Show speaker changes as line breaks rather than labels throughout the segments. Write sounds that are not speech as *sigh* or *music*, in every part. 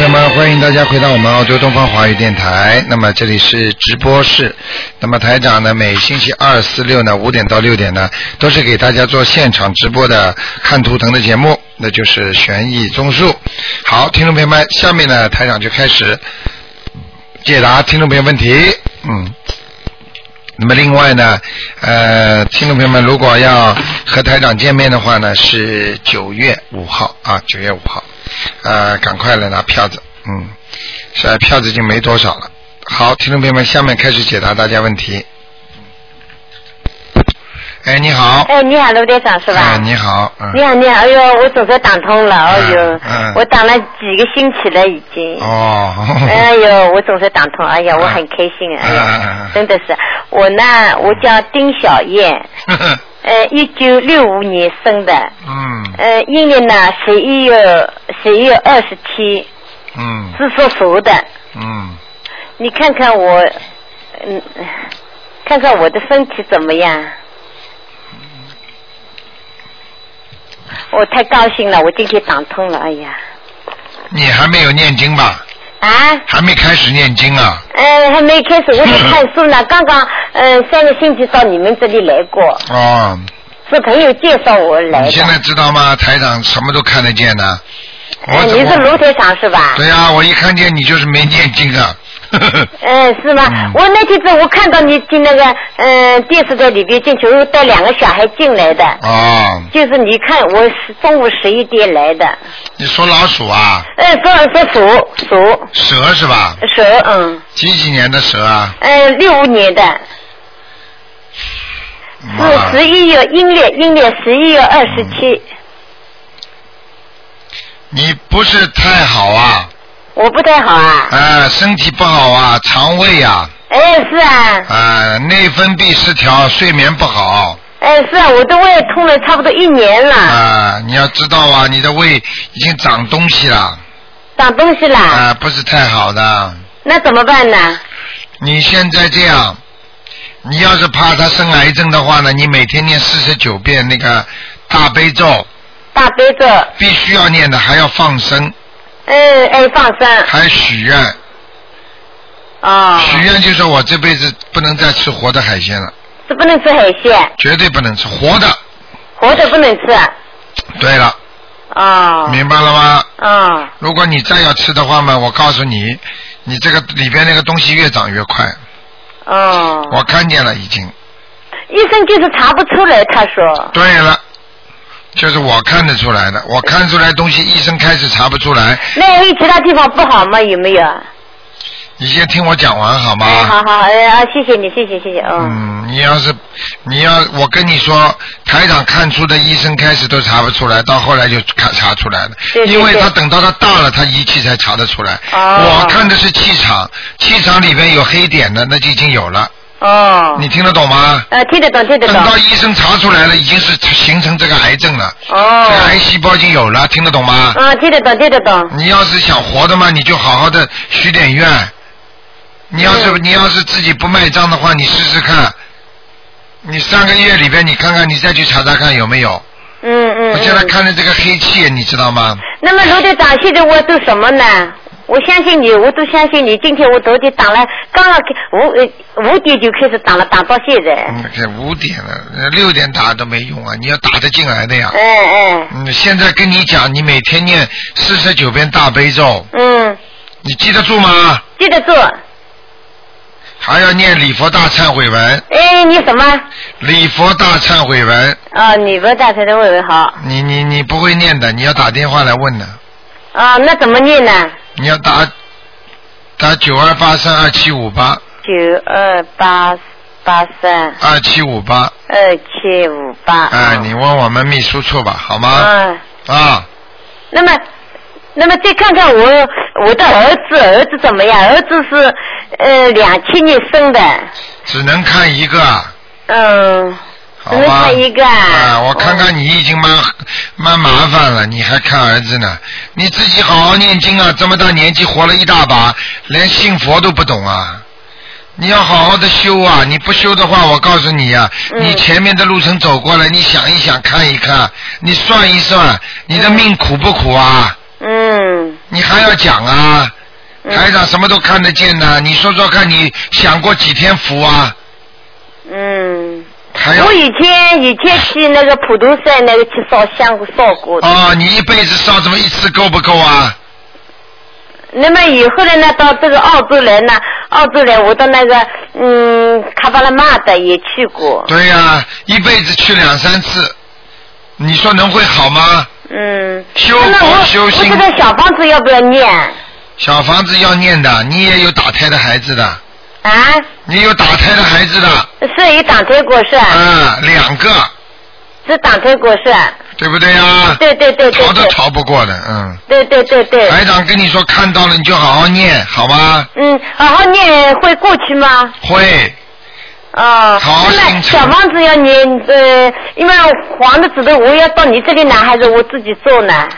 友们，欢迎大家回到我们澳洲东方华语电台。那么这里是直播室，那么台长呢，每星期二、四、六呢，五点到六点呢，都是给大家做现场直播的看图腾的节目，那就是悬疑综述。好，听众朋友们，下面呢，台长就开始解答听众朋友问题。嗯。那么另外呢，呃，听众朋友们，如果要和台长见面的话呢，是九月五号啊，九月五号，呃，赶快来拿票子，嗯，现在票子已经没多少了。好，听众朋友们，下面开始解答大家问题。哎，你好，
哎，你好，卢队长是吧？
哎，你好，嗯，
你好，你好，哎呦，我总算打通了，哎呦
嗯，嗯
我打了几个星期了已经。
哦， *laughs*
哎呦，我总算打通，哎呀，我很开心，哎
嗯嗯
呀
嗯，
真的是。我呢，我叫丁小燕，呃，一九六五年生的，
嗯
呃，阴历呢十一月十一月二十七，
嗯
是属猴的。
嗯，
你看看我，嗯，看看我的身体怎么样？我太高兴了，我今天打通了，哎呀，
你还没有念经吧？
啊，
还没开始念经啊？
嗯，还没开始，我在看
*laughs*
书呢。刚刚，嗯，上个星期到你们这里来过，
哦，
是朋友介绍我来
你
的。
现在知道吗？台长什么都看得见呢。我
哎，
怎
你
么
是卢台长是吧？
对呀、啊我一看见你就是没念经啊。 *laughs*
嗯，是吗？
嗯
我那天子我看到你进那个嗯电视台里边进去，我带两个小孩进来的。
哦，
就是你看，我是中午十一点来的，
你说老鼠啊，
哎，说说属属
蛇是吧？
蛇，嗯，
几几年的蛇啊？
呃，六五年的，
妈
是十一月阴历阴历十一月二十七，
你不是太好啊，
我不太好啊，
呃，身体不好啊，肠胃啊，
哎，是啊，
呃，内分泌失调，睡眠不好，
哎，是啊，我的胃痛了差不多一年了，
啊，你要知道啊，你的胃已经长东西了，
长东西啦，
啊，不是太好的。
那怎么办呢？
你现在这样，你要是怕他生癌症的话呢，你每天念四十九遍那个大悲咒，
大悲咒，
必须要念的，还要放生，
嗯，哎，放生，
还许愿。
哦，
许愿就是我这辈子不能再吃活的海鲜了，
是不能吃海鲜，
绝对不能吃活的。
活的不能吃，
对了，
哦，
明白了吗？
哦，
如果你再要吃的话嘛，我告诉你，你这个里边那个东西越长越快，
哦，
我看见了已经。
医生就是查不出来，他说，
对了，就是我看得出来的，我看出来东西，医生开始查不出来，
那因为其他地方不好吗？有没有？
你先听我讲完好吗？
哎，好好，哎啊，谢谢你，谢谢谢谢，嗯，
嗯，你要是你要，我跟你说，台长看出的医生开始都查不出来，到后来就查查出来了，
对对
因为
对
他等到他大了，他仪器才查得出来。
哦
我看的是气场，气场里边有黑点的，那就已经有了。
哦，
你听得懂吗？
呃，听得懂，听得
等
懂，
到医生查出来了，已经是形成这个癌症了，这个癌
哦，
细胞已经有了，听得懂吗？
嗯，听得懂，听得懂，
你要是想活的嘛，你就好好的许点愿。你要是、
嗯
你要是自己不卖账的话，你试试看。你三个月里边，你看看，你再去查查看有没有。
嗯嗯
我现在
嗯。
看着这个黑气，你知道吗？
那么卢队长，现在我做什么呢？我相信你，我都相信你。今天我昨天打了，刚刚开五呃五点就开始打了，打到现在。
嗯，这五点了，六点打都没用啊！你要打得进来的呀。
嗯
嗯，现在跟你讲，你每天念四十九遍大悲咒，
嗯嗯，
你记得住吗？
记得住。哎
还要念礼佛大忏悔文，
哎，你什么？
礼佛大忏悔文，
啊，你不大才的问问好。
你你你不会念的，你要打电话来问的。
啊，那怎么念呢？
你要打打九二八三二七五八
九二八八三
二七五八，
二七五八。
哎，你问我们秘书处吧，好吗？
啊嗯，
啊，
那么，那么再看看我我的儿子，儿子怎么样？儿子是呃两七年生的，
只能看一个，啊
嗯，
好
只能
吧？
看一个啊哦
啊，我看看你已经蛮蛮麻烦了，你还看儿子呢？你自己好好念经啊，这么大年纪活了一大把，连信佛都不懂啊。你要好好的修啊！你不修的话，我告诉你啊，
嗯
你前面的路程走过来，你想一想，看一看，你算一算，你的命苦不苦啊？
嗯，
你还要讲啊？
嗯
台长什么都看得见呐、你说说看，你享过几天福啊？
嗯。
还要
我以前以前去那个普陀山那个去烧香烧过的，
哦，你一辈子烧这么一次够不够啊？
那么以后呢，到这个澳洲来呢，澳洲来我到那个嗯卡巴拉玛的也去过，
对呀、一辈子去两三次，你说能会好吗？
嗯，
修
那
佛
我
修心
我这个小房子要不要念
小房子要念的，你也有打胎的孩子的，
啊？
你有打胎的孩子的，
是有挡胎过是吧？
啊，两个，
是挡胎过是吧？
对不对啊？
对对对对
逃都
对，
逃不过的，嗯。
对对对对，
台长跟你说看到了，你就好好念，好吗？
嗯，好好念会过去吗？
会，
哦，
好
那
行
么小房子要你呃，因为黄的纸的我要到你这里拿，还是我自己做呢？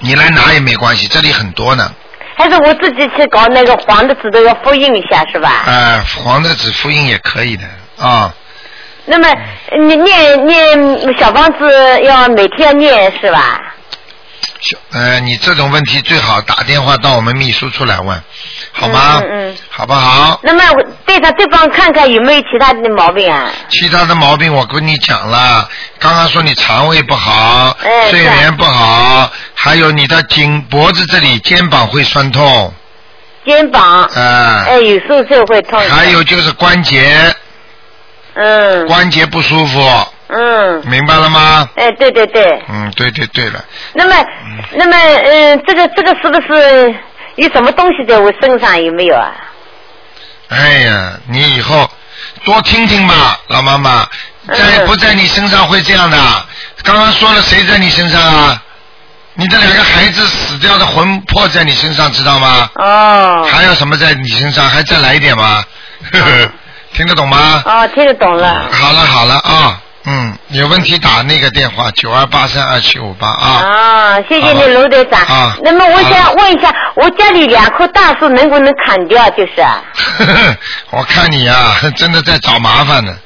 你来拿也没关系，这里很多呢。
还是我自己去搞那个黄的纸的要复印一下是吧？
呃，黄的纸复印也可以的啊、
那么你念念小房子要每天要念是吧？
小呃，你这种问题最好打电话到我们秘书处来问，好吗？
嗯嗯嗯
好不好？
那么我对他对方看看有没有其他的毛病啊？
其他的毛病我跟你讲了，刚刚说你肠胃不好，
哎
睡
是啊
眠不好，还有你的颈脖子这里肩膀会酸痛，
肩膀，
啊、
哎，有时候就会痛一下。
还有就是关节
嗯
关节不舒服，
嗯，
明白了吗？
哎，对对对。
嗯，对对对了，
那么，那么，嗯、这个这个是不是有什么东西在我身上有没有啊？
哎呀，你以后多听听吧，老妈妈，在
嗯
不在你身上会这样的？刚刚说了谁在你身上啊？你的两个孩子死掉的魂魄在你身上，知道吗？
哦，
还有什么在你身上？还再来一点吗？呵呵 *laughs* 听得懂吗？
哦，听得懂了。
好了好了啊、嗯，有问题打那个电话九二八三二七五八啊。
啊，谢谢
好
你
吧
卢队长。
啊
那么我想问一下，我家里两棵大树能不能砍掉？就是啊。
呵呵 *laughs* 我看你啊，真的在找麻烦呢。嗯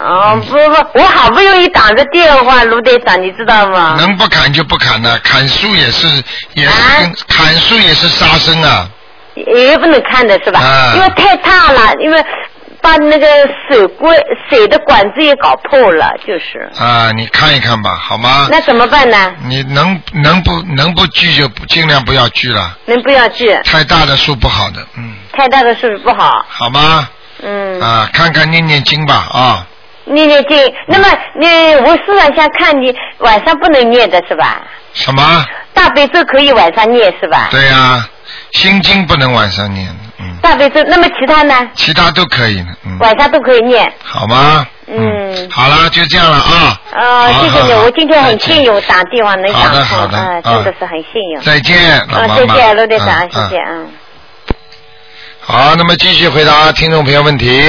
哦，不不，我好不容易打着电话，卢队长，你知道吗？
能不砍就不砍了，砍树也是也是、
啊
砍树也是杀生啊！
也不能看的是吧？
啊
因为太大了，因为把那个水管水的管子也搞破了，就是。
啊，你看一看吧，好吗？
那怎么办呢？
你能能不能不锯就不尽量不要锯了，
能不要锯？
太大的树不好的，嗯，
太大的是不是不好？
好吗？
嗯，
啊，看看念念经吧啊，
念念经。那么你，我是晚上看你晚上不能念的是吧？
什么？
大悲咒可以晚上念是吧？
对呀、心经不能晚上念，嗯，
大悲咒，那么其他呢？
其他都可以的，嗯，
晚上都可以念。
好吗？
嗯
好了，就这样了啊。
哦，
好
谢谢你，
好哎
我今天很幸运，我打电话能
好
打
的
通
好，的
啊，
啊
真的是很幸运。
再见，老
啊，
妈
谢
妈。
谢陆队长，
嗯
谢谢，。嗯。
好，那么继续回答听众朋友问题。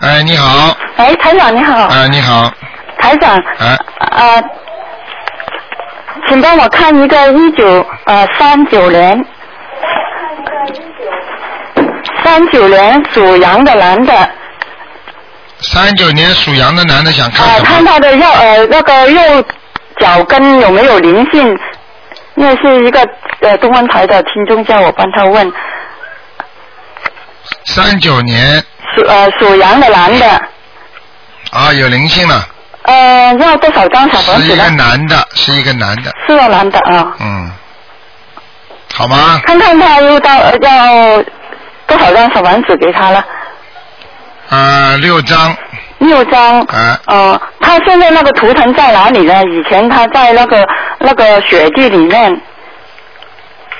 哎，你好，
喂，台长你好，
哎，你好，
台长，
哎，
呃，请帮我看一个一九呃三九年，三九年属羊的男的，
三九年属羊的男的想啊看
呃，
什
看
么？
他的右呃那个右脚跟有没有灵性，因为是一个呃东方台的听众叫我帮他问，
三九年
属呃属羊的男的，
啊，有灵性了，
呃要多少张小房
是
子
一个
呢？
男的，是一个男的，
是个男的啊。
嗯，好吗？
看看他又到呃要多少张小房子给他了？
啊，六张，
六张。
啊，
呃，他现在那个图腾在哪里呢？以前他在那个那个雪地里面，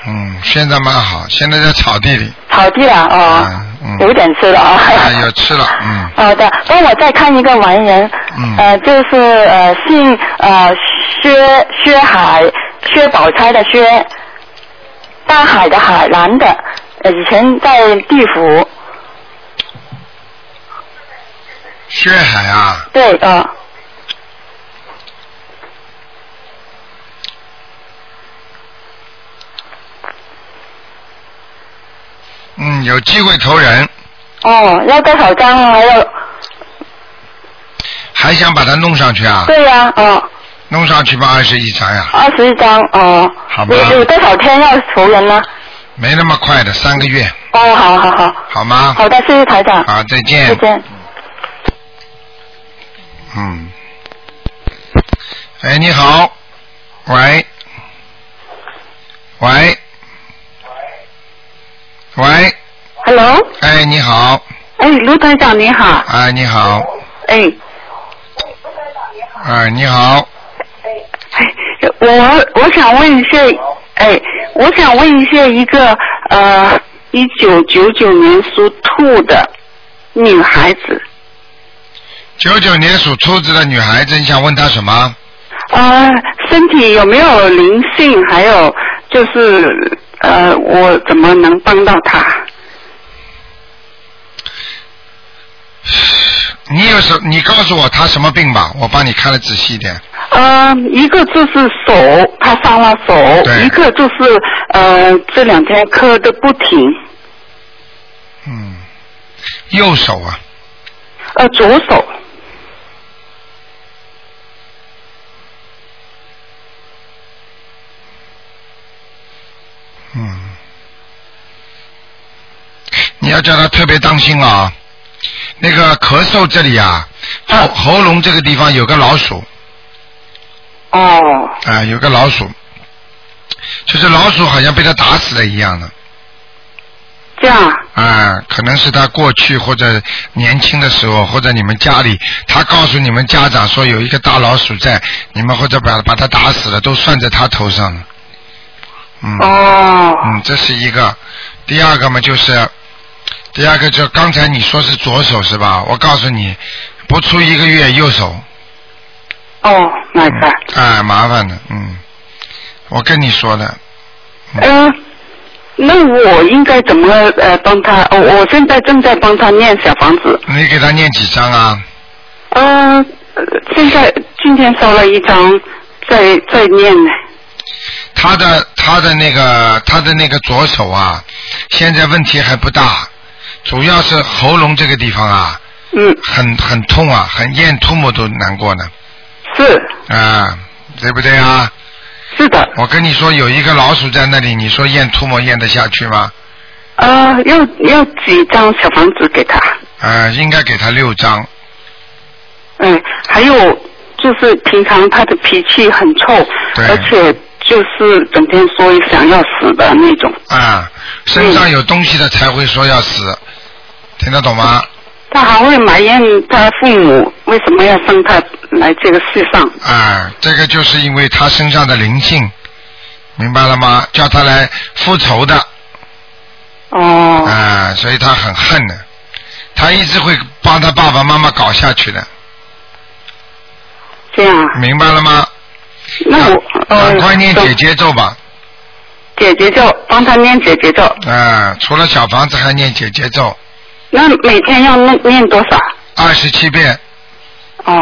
嗯，现在蛮好，现在在草地里，
草地啊，哦，
啊，
有
嗯，
点吃了啊。
啊，有吃了，嗯，
*laughs* 好的，帮我再看一个完人，
嗯
呃，就是呃姓呃薛薛海，薛宝钗的薛，大海的海，男的，呃，以前在地府，
薛海啊，
对，呃，
嗯，有机会投人，
哦，要多少
啊
张？还有，
还想把它弄上去啊？
对呀、哦，
弄上去吧，二十一张呀，
二十一张哦
好。吧
有有多少天要投人呢？
没那么快的，三个月，
哦，好好好，
好吗？
好的，谢谢台长，
啊好，再见。
再见。
嗯。哎，你好，喂，喂，喂，
Hello，
哎，你好，
哎，卢台长你好，
啊，你好，
哎，
啊，你好，
哎，我我想问一下，哎，我想问一下一个呃，一九九九年属兔的女孩子，
九九年属兔子的女孩子，你想问她什么？
呃，身体有没有灵性？还有就是呃，我怎么能帮到她？
你有什？你告诉我她什么病吧，我帮你看的仔细一点。
呃，一个就是手，她伤了手
对；
一个就是呃，这两天咳的不停，
嗯，右手啊，
呃，左手。
嗯，你要叫他特别当心啊。那个咳嗽这里啊，喉喉咙这个地方有个老鼠
哦，
啊、有个老鼠，就是老鼠好像被他打死了一样的
这样啊。
啊、可能是他过去或者年轻的时候，或者你们家里，他告诉你们家长说有一个大老鼠在，你们或者把把他打死了，都算在他头上了。嗯。
哦，
嗯，这是一个。第二个嘛，就是第二个就刚才你说是左手是吧？我告诉你，不出一个月右手，
哦，my god，
哎，麻烦的，嗯，我跟你说的，
嗯、那我应该怎么呃帮他？哦，我现在正在帮他念小房子，
你给他念几张啊？
嗯、呃，现在今天烧了一张，在在念呢。
他的他的那个他的那个左手啊，现在问题还不大，主要是喉咙这个地方啊，
嗯，
很很痛啊，很咽吐沫都难过呢，
是
啊，对不对啊？
是的，
我跟你说，有一个老鼠在那里，你说咽吐沫咽得下去吗？
呃，要要几张小房子给他？
呃，应该给他六张。
嗯，还有就是平常他的脾气很臭，
对
而且就是整天说想要死的那种。
啊，身上有东西的才会说要死，听得懂吗？
他还会埋怨他父母为什么要生他来这个世上。
啊，这个就是因为他身上的灵性，明白了吗？叫他来复仇的
哦，
啊，所以他很恨的，他一直会帮他爸爸妈妈搞下去的，
这样啊。
明白了吗？
那我
赶
呃，
啊快念姐姐咒吧，
姐姐咒，帮他念姐姐咒。
啊，除了小房子还念姐姐咒，
那每天要念念多少？啊
二十七遍，
哦，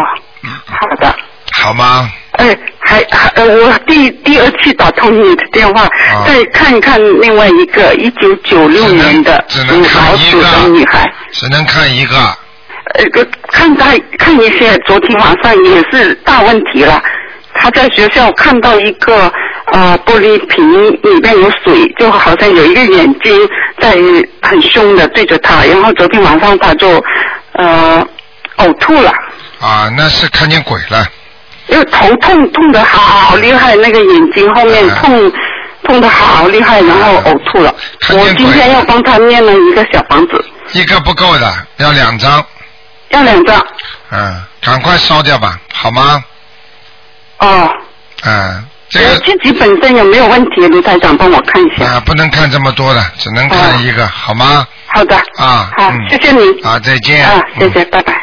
好的。
好吗？
哎，还还呃，我第第二次打通你的电话，
啊
再看一看另外一个一九九六年的
只
属
能只能
老
看一
鼠的
个
女孩。
只能看一个，
呃，看他看一些，昨天晚上也是大问题了。他在学校看到一个呃玻璃瓶里面有水，就好像有一个眼睛在很凶的对着他，然后昨天晚上他就呃呕吐了，
啊，那是看见鬼了。
因为头痛痛得好好厉害，那个眼睛后面
啊
痛、痛得好厉害，然后呕吐了。
看见
我
鬼
今天
了
要帮他念了一个小房子，
一个不够的，要两张，
要两张
嗯，赶快烧掉吧，好吗？
哦。
嗯，这
我
个
自己本身有没有问题？卢台长，帮我看一
啊、
下。
不能看这么多的，只能看一个，
哦
好吗？
好的，
啊，
好，
嗯，
谢谢你。
啊，再见。
啊，谢
嗯
谢，拜拜。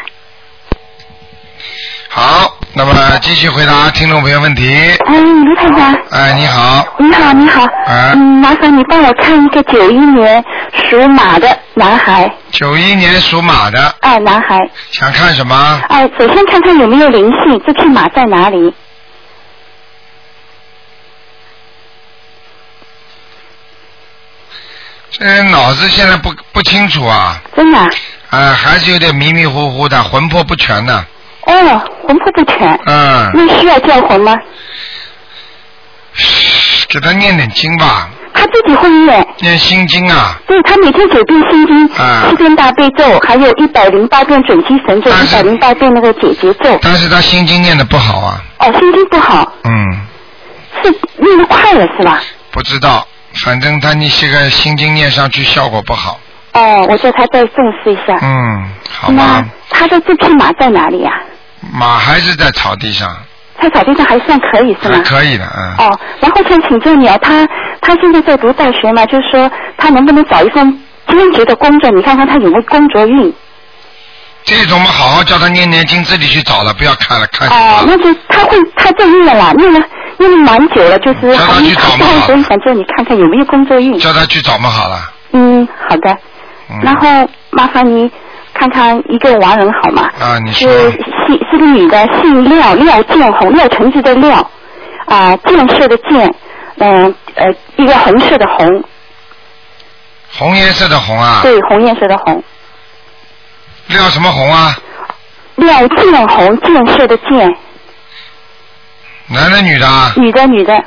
好，那么继续回答听众朋友问题。
哎，
嗯
卢台长，
哎，你好，
你好，你好，
哎
嗯，麻烦你帮我看一个九一年属马的男孩，
九一年属马的，
哎，男孩，
想看什么？
哎，首先看看有没有灵性，这匹马在哪里？
这脑子现在不不清楚啊，
真的啊，
啊，还是有点迷迷糊糊的，魂魄不全的，
哦，魂魄不全，
嗯，
那需要叫魂吗？
给他念点经吧，
他自己会念，
念心经啊，
对他每天九遍心经，
啊
七遍大悲咒，还有一百零八遍准提神咒，
但
一
是
百零八遍那个解结咒。
但是他心经念的不好啊，
哦，心经不好，
嗯，
是念得快了是吧？
不知道，反正他那些个心经念上去效果不好，
哦，我叫他再重视一下。
嗯，好
啊那
吧，
他的这匹马在哪里呀、
马还是在草地上，
在草地上还算可以是
还
吗？
可以的，嗯，
哦，然后想请教你啊，他他现在在读大学嘛，就是说他能不能找一份兼职的工作？你看看他有没有工作运？
这种嘛，好好叫他念念经，自己去找了，不要看了，看死他
哦，那
了。
就他会他在念了啦，念了念了蛮久了，就是
叫他
还没
去找
考
嘛
上，所以想叫你看看有没有工作运。
叫他去找嘛好了。
嗯，好的。
嗯、
然后麻烦你看看一个亡人好吗？
啊，你
是
说
姓是个女的，姓廖，廖建红，廖橙子的廖，啊、建设的建，嗯呃一个红色的红，
红颜色的红啊，
对，红颜色的红，
廖什么红啊？
廖建红，建设的
*laughs*
建，
男的女的啊？
女的女的，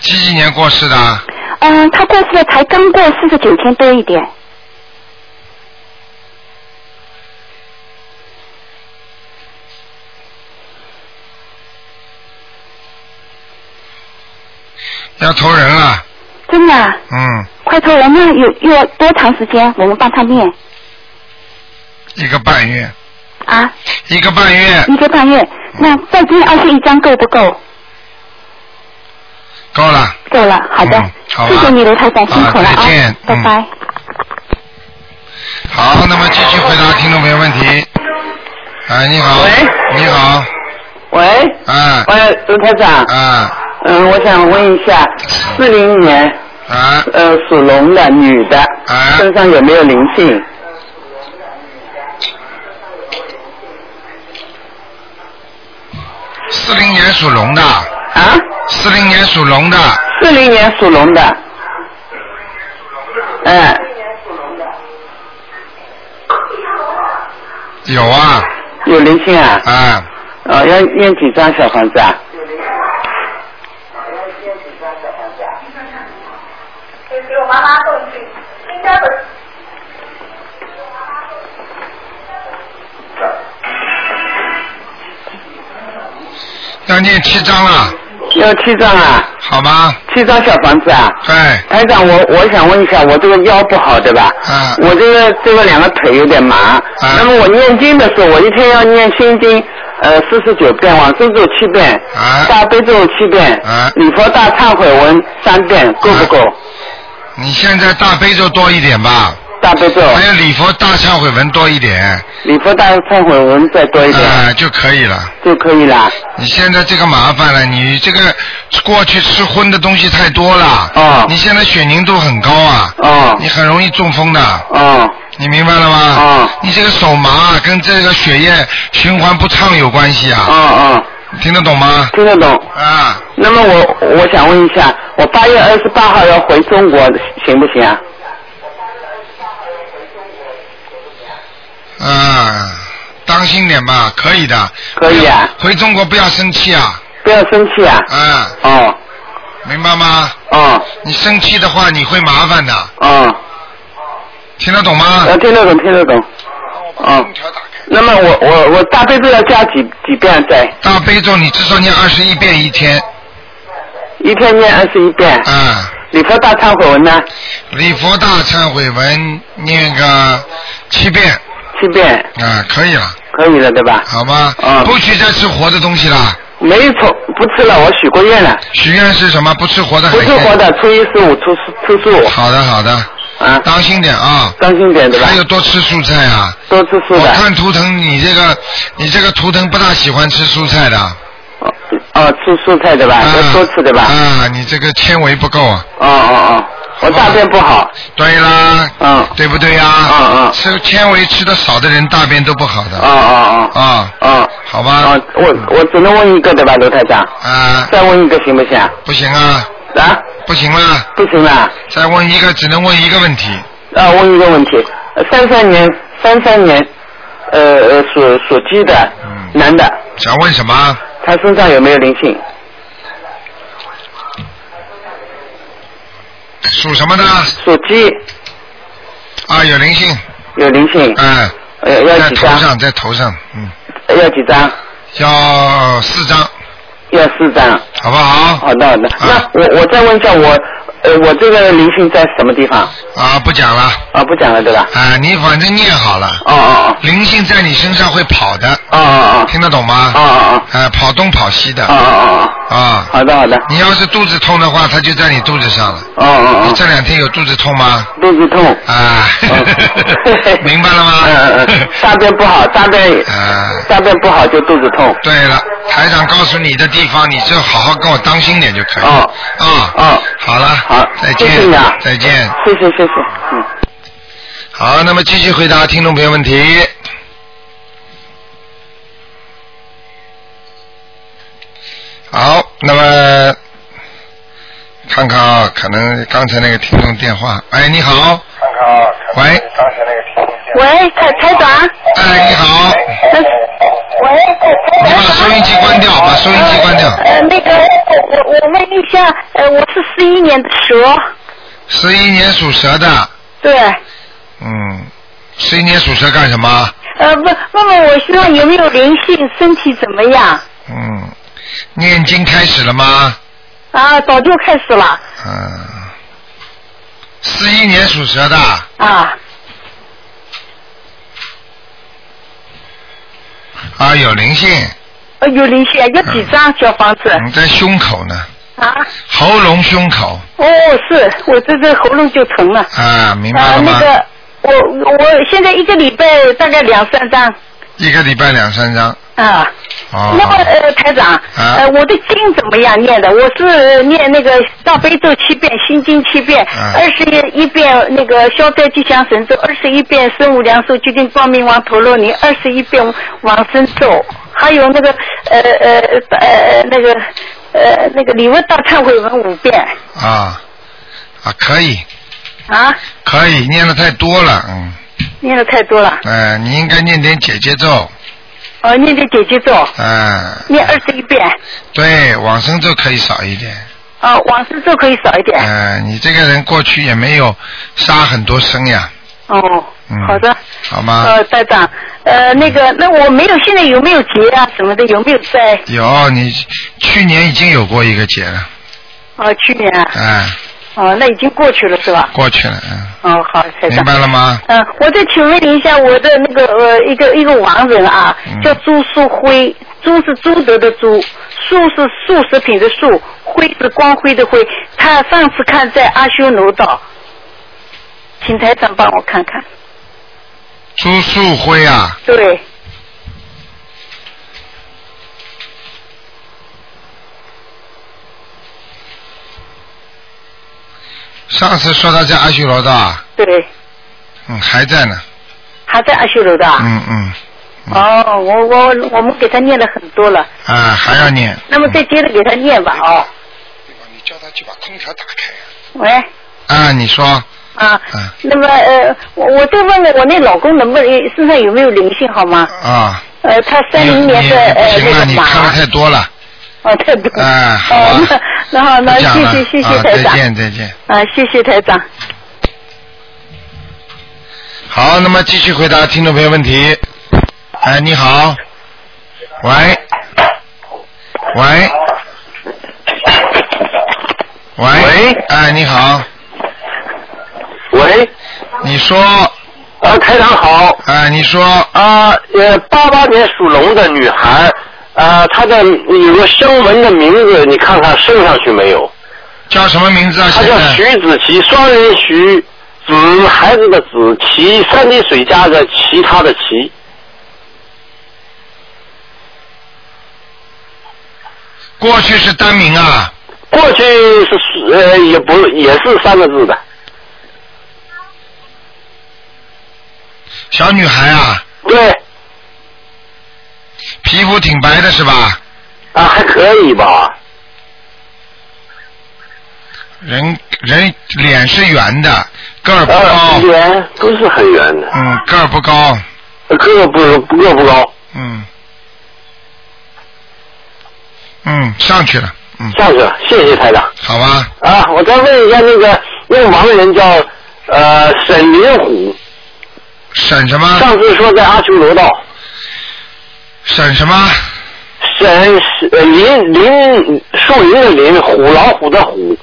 几几年过世的啊？
嗯、她过世了，才刚过四十九天多一点，
要投人了，
真的啊、
嗯，
快投人那有又要多长时间？我们帮她念
一个半月，
啊，
一个半月
一个半月，那再念二十一张够不够？
够了。
够了，好的，
嗯好吧
谢谢你卢台长，辛苦了
啊
啊，
再见
拜拜。
好，那么继续回答听众朋友问题。哎，你好，
喂
你好，
喂，
哎，
喂，卢台长，
啊
嗯，我想问一下，四零年
啊
呃属龙的女的
啊
身上有没有灵性？
四零年属龙的，
啊，
四零年属龙的，
四零年属龙的，嗯，
有啊，
有灵性啊，
啊，
呃，要念几张小房子啊？
要念七章了，
要七张啊，
好吗？
七张小房子啊。
对，
台长，我我想问一下，我这个腰不好对吧？
啊
我这个这个两个腿有点麻。那么我念经的时候，我一天要念心经，呃，四十九遍，往生咒七遍，
啊
大悲咒七遍，
啊
礼佛大忏悔文三遍，够不够？
你现在大悲咒多一点吧，
大悲咒，
还有礼佛大忏悔文多一点，
礼佛大忏悔文再多一点、
啊，就可以了。
就可以啦。
你现在这个麻烦了，你这个过去吃荤的东西太多了，
哦
你现在血凝度很高啊，
哦
你很容易中风的，
哦
你明白了吗？
哦
你这个手麻跟这个血液循环不畅有关系
哦
啊，
哦，
听得懂吗？
听得懂。
啊，
那么我我想问一下，我八月二十八号要回中国，行不行啊？
啊，当心点吧，可以的。
可以啊
回中国不要生气啊，
不要生气啊。
啊，
哦
明白吗？
哦
你生气的话，你会麻烦的，
哦，
听得懂吗？
我听得懂，听得懂。
把
哦
空调打开。
那么我我我大悲咒要加几几遍啊再
大悲咒你至少念二十一遍一天，
一天念二十一遍，
啊、
礼佛大忏悔文呢
礼佛大忏悔文念个七遍，
七遍，
啊、可以了，
可以了对吧？
好吗？
啊
不许再吃活的东西了。
没错，不吃了，我许过愿了，
许愿是什么？不吃活的海
不
鲜。
吃活的，初一十五、初四、初十五
好的，哎好的，
啊，
当心点啊。
当心点对吧
还？有多吃蔬菜啊！
多吃素
我
的，
看图腾，你这个你这个图腾不大喜欢吃蔬菜的，啊，
哦哦，吃蔬菜对吧？要多吃对吧？
啊，你这个纤维不够啊。
哦哦哦，我大便不好，
对啦，
嗯，
对不对呀、啊？
嗯嗯
吃纤维吃的少的人，大便都不好的。
哦哦哦
啊，
哦
好吧。
哦，我我只能问一个对吧，刘台长？
啊，
再问一个行不行啊？
不行啊，
啊，
不行了，
不行啦，
再问一个，只能问一个问题。
啊，问一个问题，三三年，三三年，呃呃，属属鸡的
嗯，
男的，
想问什么？
他身上有没有灵性？
属什么的？
属鸡，
啊，有灵性，
有灵性，
嗯，
呃，要
在
几
头
张？
上，在头上，嗯，
要几张？
要四张，
要四张。
好不好？
好的，好的。
啊
那我我再问一下，我呃，我这个灵性在什么地方？
啊，不讲了，
啊，不讲了，对吧？
啊，你反正念好了，
哦哦
灵性在你身上会跑的，
哦哦哦
听得懂吗？
哦哦哦
啊，跑东跑西的
哦哦哦，
啊。
好的好的，
你要是肚子痛的话，它就在你肚子上了。
哦哦
你
哦，
这两天有肚子痛吗？
肚子痛。
啊，
哦
*laughs* 明白了吗？
嗯 *laughs* 嗯
*laughs*
嗯，大便不好，大便
啊，
大便不好就肚子痛。
对了，台长告诉你的地方，你就好好跟我当心点就可以了。
哦
啊、
哦
好了，
好
再见，
谢谢你啊
再见。
谢谢谢谢，嗯。
好，那么继续回答听众朋友问题。好，那么看看啊，可能刚才那个听众电话。哎，你好。看看啊。喂。嗯
喂，台台长，
哎，你好。
那喂，
你把收音机关掉，把收音机关掉。
呃，那个，我我问一下，呃，我是十一年的蛇，
十一年属蛇的，
对，
嗯，十一年属蛇干什么？
呃，问问问我身上有没有灵性，身体怎么样？
嗯，念经开始了吗？
啊，早就开始了
嗯，四一年属蛇的，
啊，
啊，有灵性，
呃，有灵性，有几张小房子
嗯，在胸口呢，
啊？
喉咙胸口，
哦，是我这这喉咙就疼了。
啊，明白
啊，
了吗？
那个，我我现在一个礼拜大概两三张
一个礼拜两三张，
啊。
哦，
那么呃，台长，呃，我的经怎么样念的？我是呃念那个大悲咒七遍，心经七遍，
啊
二十一遍那个消灾吉祥神咒，二十一遍生无量寿决定光明王陀罗尼，二十一遍往生咒，还有那个呃呃呃呃那个呃那个礼物大忏悔文五遍
啊，啊，可以，
啊，
可以，念的太多了，嗯，
念的太多了。
呃，你应该念点姐姐咒，
哦，念的姐姐咒，
啊，
念二十一遍，
对，往生咒可以少一点，
啊，往生咒可以少一点。
呃，你这个人过去也没有杀很多生呀，
哦
嗯，，
好的。
好吗？
呃，台长，呃，那个，那我没有，现在有没有结啊什么的，有没有在？
有，你去年已经有过一个节了，
哦，去年啊，
哎，
哦，那已经过去了是吧？
过去了，嗯，
哦，好，台
明
长。
白了吗？
嗯、我再请问一下我的那个呃一个一个亡人啊
嗯，
叫朱树辉，朱是朱德的朱，树是素食品的素，辉是光辉的辉。他上次看在阿修罗道，请台长帮我看看。
朱树辉啊，
对，
上次说他在阿修罗道啊，
对，
嗯，还在呢，
还在阿修罗道啊。
嗯嗯，
哦，我我我们给他念了很多了，
啊，还要念。
那么再接着给他念吧，哦。
你叫他去把空调打开
喂，
啊，你说，
啊
嗯，
那么呃，我我再问问我那老公能不能身上有没有灵性好吗？
啊，
呃，他
你
三零
你
年的
不
呃
行了，
那个
你看的
马，
太多了，
哦，太多了。
哎好吧
哦，那那好，
不
那
讲
谢
了
谢谢谢
啊，
台
再
长，
见再见。
啊，谢谢台长。
好，那么继续回答听众朋友问题。哎，你好，喂，喂，喂，
喂
哎，你好，
喂，
你说，
呃，台长好，
哎，你说，
啊，呃，八八年属龙的女孩，啊，她的有个声纹的名字，你看看升上去没有？
叫什么名字啊？
她
现
叫
在
徐子淇，双人徐，子孩子的子，淇三滴水加的其他的淇，
过去是单名啊，
过去是呃也不也是三个字的，
小女孩啊，
对，
皮肤挺白的是吧？
啊，还可以吧？
人人脸是圆的，个儿不
啊，
高，
圆不是很圆的，
嗯，个儿不高，
个不个不高。
嗯，嗯，上去了，嗯，
上去了，谢谢台长。
好吧，
啊，我再问一下那个那个盲人叫呃沈林虎，
沈什么？
上次说在阿修罗道，
沈什么？
沈呃林林树林的林，虎老虎的虎，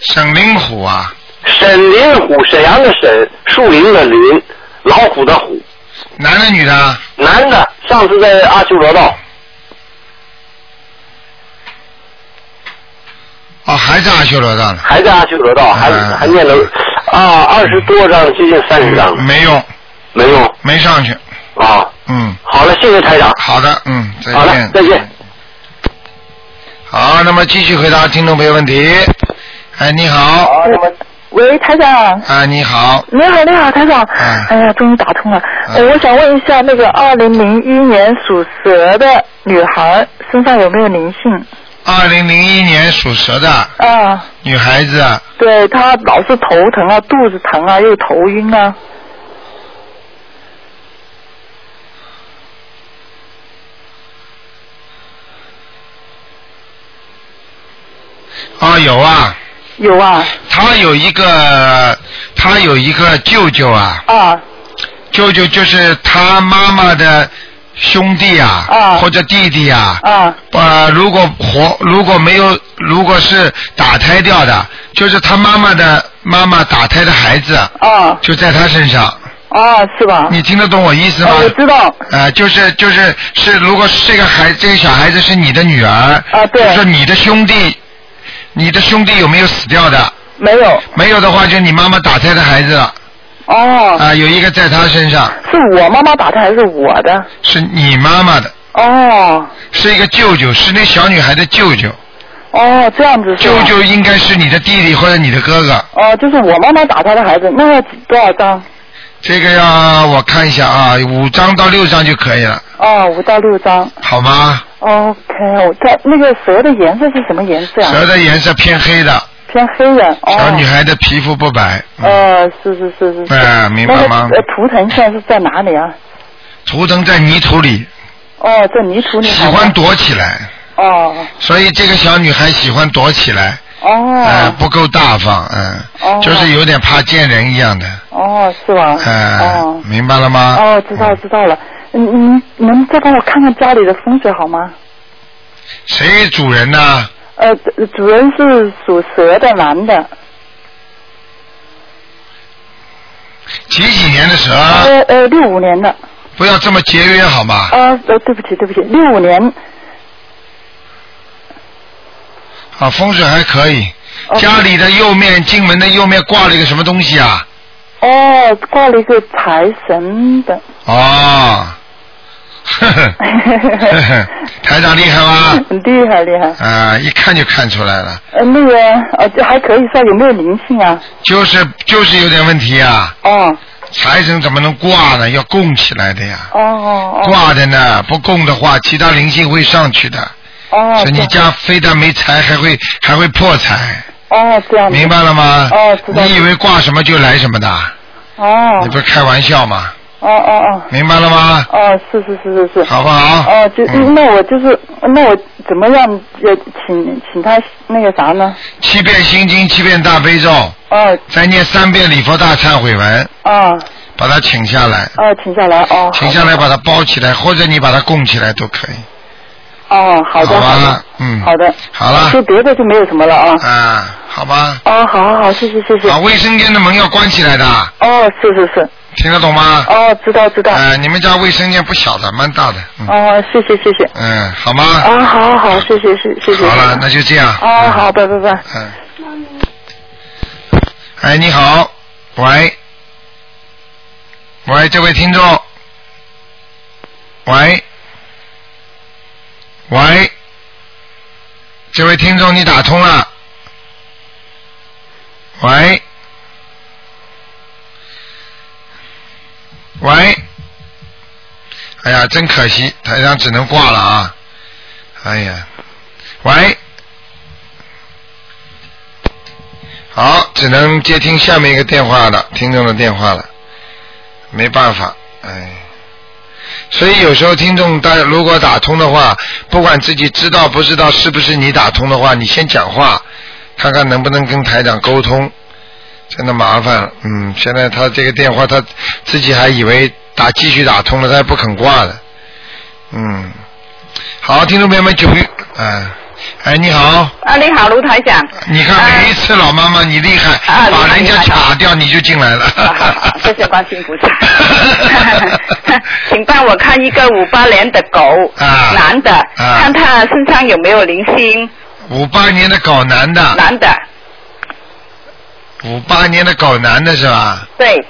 沈灵虎啊，
沈林虎，沈阳的沈，树林的林，老虎的虎，
男的女的啊？
男的，上次在阿修罗道，
哦，还在阿修罗道呢。
还在阿修罗道，还
嗯
还念了啊二十多章，接近三十章了，
没用，
没用
没上去。
啊。
嗯，
好了，谢谢台长。
好的，嗯，再
好
见
了。再见。
好，那么继续回答听众朋友问题。哎，你好，
喂，台长。
哎，你好，
你好，你好，台长。
嗯
哎呀，终于打通了。
嗯
呃我想问一下，那个二零零一年属蛇的女孩身上有没有灵性？
二零零一年属蛇的
啊，
女孩子，
对，她老是头疼啊，肚子疼啊，又头晕啊。
哦，有啊，
有啊，
她有一个，她有一个舅舅啊，
啊
舅舅就是她妈妈的兄弟啊，
啊
或者弟弟啊，
啊
呃，如果活如果没有如果是打胎掉的，就是他妈妈的妈妈打胎的孩子，
啊
就在他身上。
啊，是吧？
你听得懂我意思吗
啊？我知道。
呃，就是就是是，如果是这个孩这个小孩子是你的女儿，
啊对
就说你的兄弟，你的兄弟有没有死掉的？
没有。
没有的话，就是你妈妈打胎的孩子了。
哦
啊、，有一个在他身上，
是我妈妈打的还是我的？
是你妈妈的，
哦
是一个舅舅，是那小女孩的舅舅，
哦，这样子是吧
舅。舅应该是你的弟弟或者你的哥哥。
哦，就是我妈妈打她的孩子，那要几多少张？
这个要我看一下啊，五张到六张就可以了，
哦，五到六张。
好吗？
OK，我在那个蛇的颜色是什么颜色啊？
蛇的颜色偏黑的，
偏黑的。哦。
小女孩的皮肤不白。嗯，
呃，是是是是。是
哎明白吗
那个呃图腾现在是在哪里啊？
图腾在泥土里，
哦，在泥土里。
喜欢。躲起来，
哦
所以这个小女孩喜欢躲起来，
哦。
哎，不够大方，嗯，
哦
就是有点怕见人一样的，
哦，是吧？
哎
哦，。
明白了吗？
哦，知道知道了。嗯嗯，你能再帮我看看家里的风水好吗？
谁主人呢？
呃，主主人是属蛇的男的，
几几年的蛇？
呃呃，六五年的，
不要这么节约好吗？
呃呃，对不起对不起，六五年，
啊，风水还可以。
哦
家里的右面进门的右面挂了一个什么东西啊？
哦，挂了一个财神的， *laughs*
哦，呵呵，呵呵台长厉害吗？
嗯很厉害厉害。
啊、一看就看出来了，
呃，那个呃，这还可以算有没有灵性啊？
就是就是有点问题啊，
哦
财神怎么能挂呢？要供起来的呀，
哦哦哦
挂的呢，不供的话，其他灵性会上去的，
哦，
所以你
这样
家非但没财，还会还会破财，
哦这样子
明白了吗？
哦知道
你以为挂什么就来什么的？
哦
你不是开玩笑吗？
哦哦哦
明白了吗？
哦，是是是是是。
好不好？
哦，就、
嗯
那我就是那我怎么样呃请请他那个啥呢？
七遍心经，七遍大悲咒，
哦
再念三遍礼佛大忏悔文，
哦
把它请下来，
哦，请下来哦。
请下来把它包起来，或者你把它供起来都可以。
哦，好
好
的，
吧
的，
嗯
好的，
好了
就别的就没有什么了啊。
啊，好吧，
哦，好好好，谢谢谢谢。
把啊卫生间的门要关起来的，
哦，是是是，
听得懂吗？
哦，知道知道。
呃，你们家卫生间不小的，蛮大的，嗯
哦，谢谢谢谢。
嗯，好吗？
啊，好好好，谢谢谢谢谢。
好了，那就这样。
哦，
嗯
好，拜拜拜。
嗯。哎，你好，喂，喂，这位听众，喂，喂，这位听众，你打通了，喂，喂，哎呀，真可惜，台长只能挂了啊，哎呀，喂。好，只能接听下面一个电话了，听众的电话了，没办法，哎。所以有时候听众大家如果打通的话，不管自己知道不知道是不是你打通的话，你先讲话，看看能不能跟台长沟通。真的麻烦了，嗯，现在他这个电话他自己还以为打继续打通了，他还不肯挂了，嗯。好，听众朋友们，九月，哎，哎，你好，
啊，你好，卢台长。
你看每一次老妈妈你厉害，
啊
把人
厉
家
害厉害
卡掉你就进来了。
啊好好 *laughs* 谢谢关心菩
*laughs*
萨，请帮我看一个五八年的狗，
啊
男的，
啊
看他身上有没有灵性，
五八年的狗男的，
男的，
五八年的狗男的是吧？
对，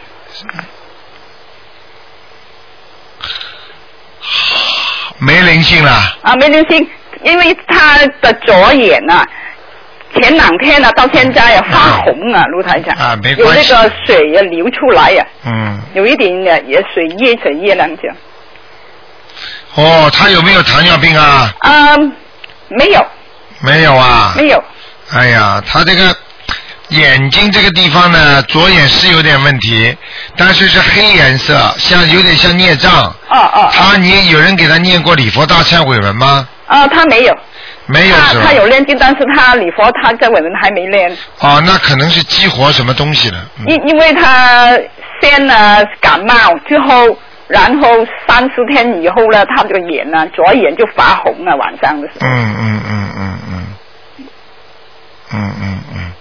没灵性了，
啊，没灵性，因为他的左眼啊，前两天啊到现在啊发红啊，卢台长，
啊没
有
关
那
系
个水也流出来呀、
嗯，
有一点点也水液水液那样子，
哦，他有没有糖尿病啊？
啊，没有
没有啊。
没有，哦
哎呀，他这个眼睛这个地方呢，左眼是有点问题，但是是黑颜色，像有点像孽障。
哦哦，
他你有人给他念过礼佛大忏悔文吗？
啊，他没有。
没有
他
是吧
他？有念经，但是他礼佛他在我们还没念，
哦，那可能是激活什么东西了。嗯
因因为他先呢感冒之后，然后三四天以后呢，他这个眼呢左眼就发红了，晚上的时候。
嗯嗯嗯嗯嗯嗯嗯嗯，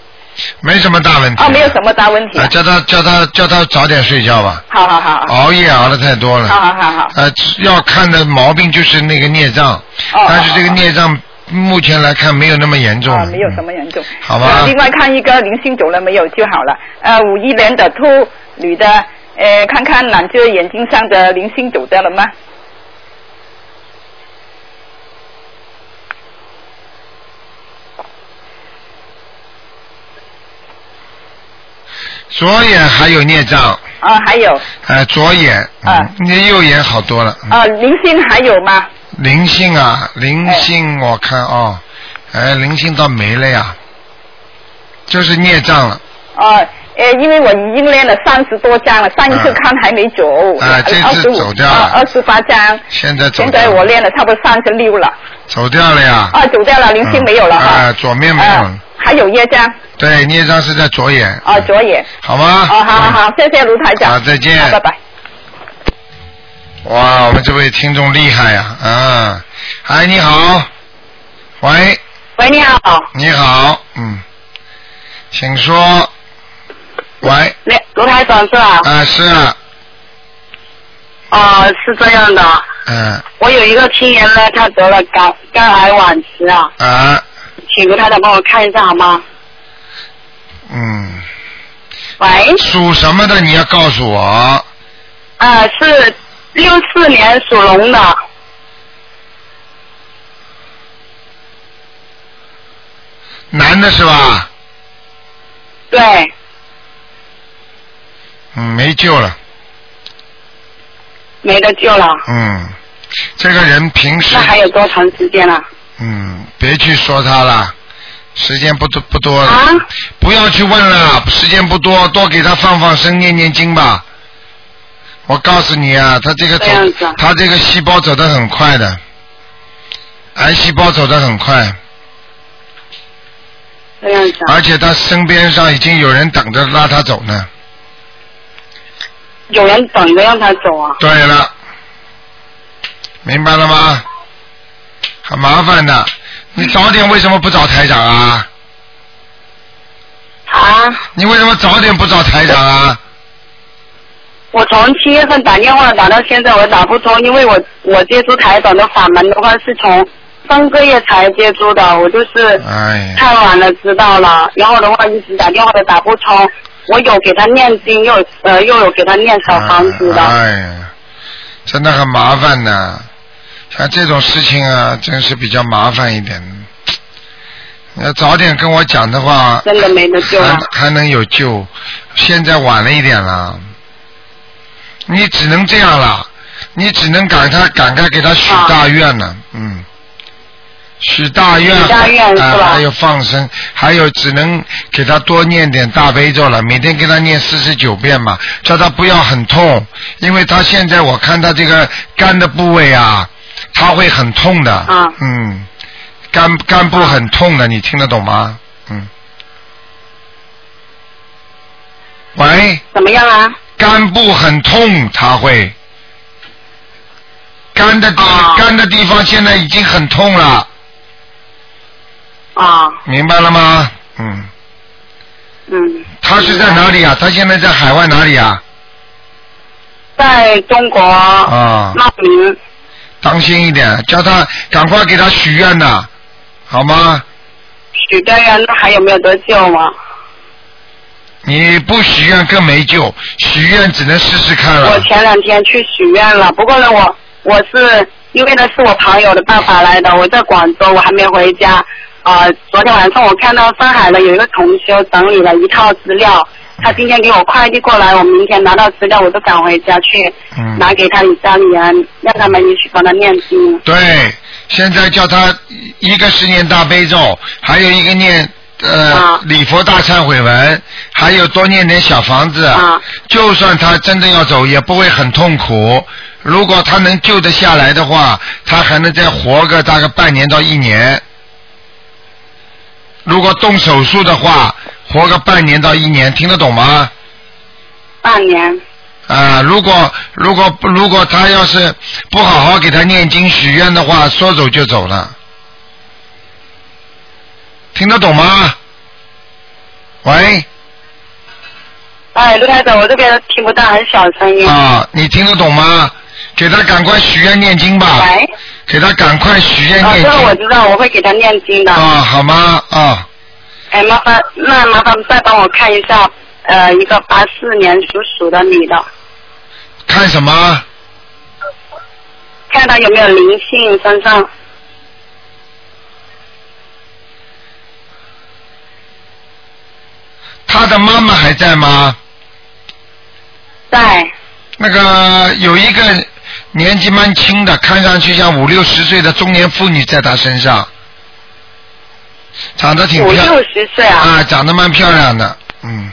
没什么大问题。
哦，没有什么大问题、
嗯
啊
啊，叫哦他叫他叫他早点睡觉吧，
好好好，
熬夜熬的太多了。
好好好好。
呃，要看的毛病就是那个孽障，
啊哦
但是这个孽障目前来看没有那么严重。
啊，没有什么严重。
嗯好吧
呃另外看一个灵性走了没有就好了。呃，五一年的兔女的，呃，看看两只眼睛上的灵性走掉了吗？
嗯左眼还有孽障，
啊，还有，
呃，左眼，
啊
嗯，你右眼好多了。嗯
呃，灵性还有吗？
灵性啊，
哎
灵性，我看哦，哎，灵性倒没了呀，就是孽障了。
哦，呃，因为我已经练了三十多张了，上一次
嗯
看还没走，
啊这
二
次
十五啊
走掉了
二十八张，
现在走
现
掉
在
了
我练了差不多三十六了，
走掉了呀。
啊，走掉了，灵性没有了
嗯
哈
啊，，左面没有了
啊，还有业障，
对，孽障是在左眼。
啊，左眼，
好吗？
哦，好好好，谢谢卢台长，
嗯啊好再见
好拜拜。
嗯。哇，我们这位听众厉害呀、啊！哎，你好，喂，
喂，你好，
你好，嗯，请说。喂，
那卢台长是吧？
啊，是啊，
啊、是这样的，
嗯
我有一个亲人呢，他得了肝肝癌晚期啊，
啊，
请卢台长帮我看一下好吗？
嗯，
喂，
属什么的你要告诉我。
啊、是六四年属龙的，
男的是吧？
对，
嗯，没救了。
没得救了。
嗯，这个人平时
那还有多长时间啊了？
嗯，别去说他了，时间不多不多了，
啊，
不要去问了，时间不多，多给他放放生，念念经吧。我告诉你啊，他这个走
这样子啊，
他这个细胞走得很快的，癌细胞走得很快，
这样子啊，
而且他身边上已经有人等着拉他走呢。
有人等着让他走啊。
对了，明白了吗？很麻烦的，你早点为什么不找台长啊？
啊，
你为什么早点不找台长啊？
我从七月份打电话打到现在，我打不通，因为我我接触台长的法门的话是从上个月才接触的，我就是
哎呀。
太晚了知道了，然后的话一直打电话都打不通。我有给他念经，又有呃又有给他念小房子的，
哎呀，真的很麻烦呐、像这种事情啊，真是比较麻烦一点。你要早点跟我讲的话，
真的没得救了
啊
还。还能有救。现在晚了一点了，你只能这样了，你只能赶他赶快给他许大愿了，嗯。许大愿，
啊许大愿是
啊、
吧
还有放生，还有只能给他多念点大悲咒了，每天给他念四十九遍嘛，叫他不要很痛，因为他现在我看他这个肝的部位啊，他会很痛的，
啊
嗯，肝肝部很痛的，你听得懂吗？嗯，喂，
怎么样啊？
肝部很痛，他会。肝的地、
啊
肝的地方现在已经很痛了，哎
啊，
明白了吗？嗯，
嗯，
他是在哪里啊？他现在在海外哪里啊？
在中国
啊
茂名
当心一点，叫他赶快给他许愿呐、好吗？
许的愿，那还有没有得救
啊
吗？
你不许愿更没救，许愿只能试试看
我
了。
前两天去许愿了，不过呢，我我是因为呢是我朋友的办法来的，我在广州，我还没回家。啊、昨天晚上我看到上海的有一个同修整理了一套资料，他今天给我快递过来，我明天拿到资料我就赶回家去
嗯
拿给他的家里人，让他们一起帮他念经。
对，现在叫他一个是念大悲咒，还有一个念呃、
啊
礼佛大忏悔文，还有多念点小房子。
啊
就算他真的要走，也不会很痛苦。如果他能救得下来的话，他还能再活个大概半年到一年。如果动手术的话，活个半年到一年，听得懂吗？
半年
啊，如果如果如果他要是不好好给他念经许愿的话，说走就走了，听得懂吗？喂，
哎，卢台长，我这边听不到，很小声音。
啊，你听得懂吗？给他赶快许愿念经吧，
喂，
给他赶快许愿
啊，
啊念
这个我
经
知道，我会给他念经的。
啊，好吗？啊，
哎，麻烦那麻烦再帮我看一下，呃，一个八四年属鼠的女的，
看什么？
看她有没有灵性身上。
他的妈妈还在吗？
在
那个有一个年纪蛮轻的，看上去像五六十岁的中年妇女在她身上，长得挺
五
漂
六十岁啊，
啊，长得蛮漂亮的，嗯，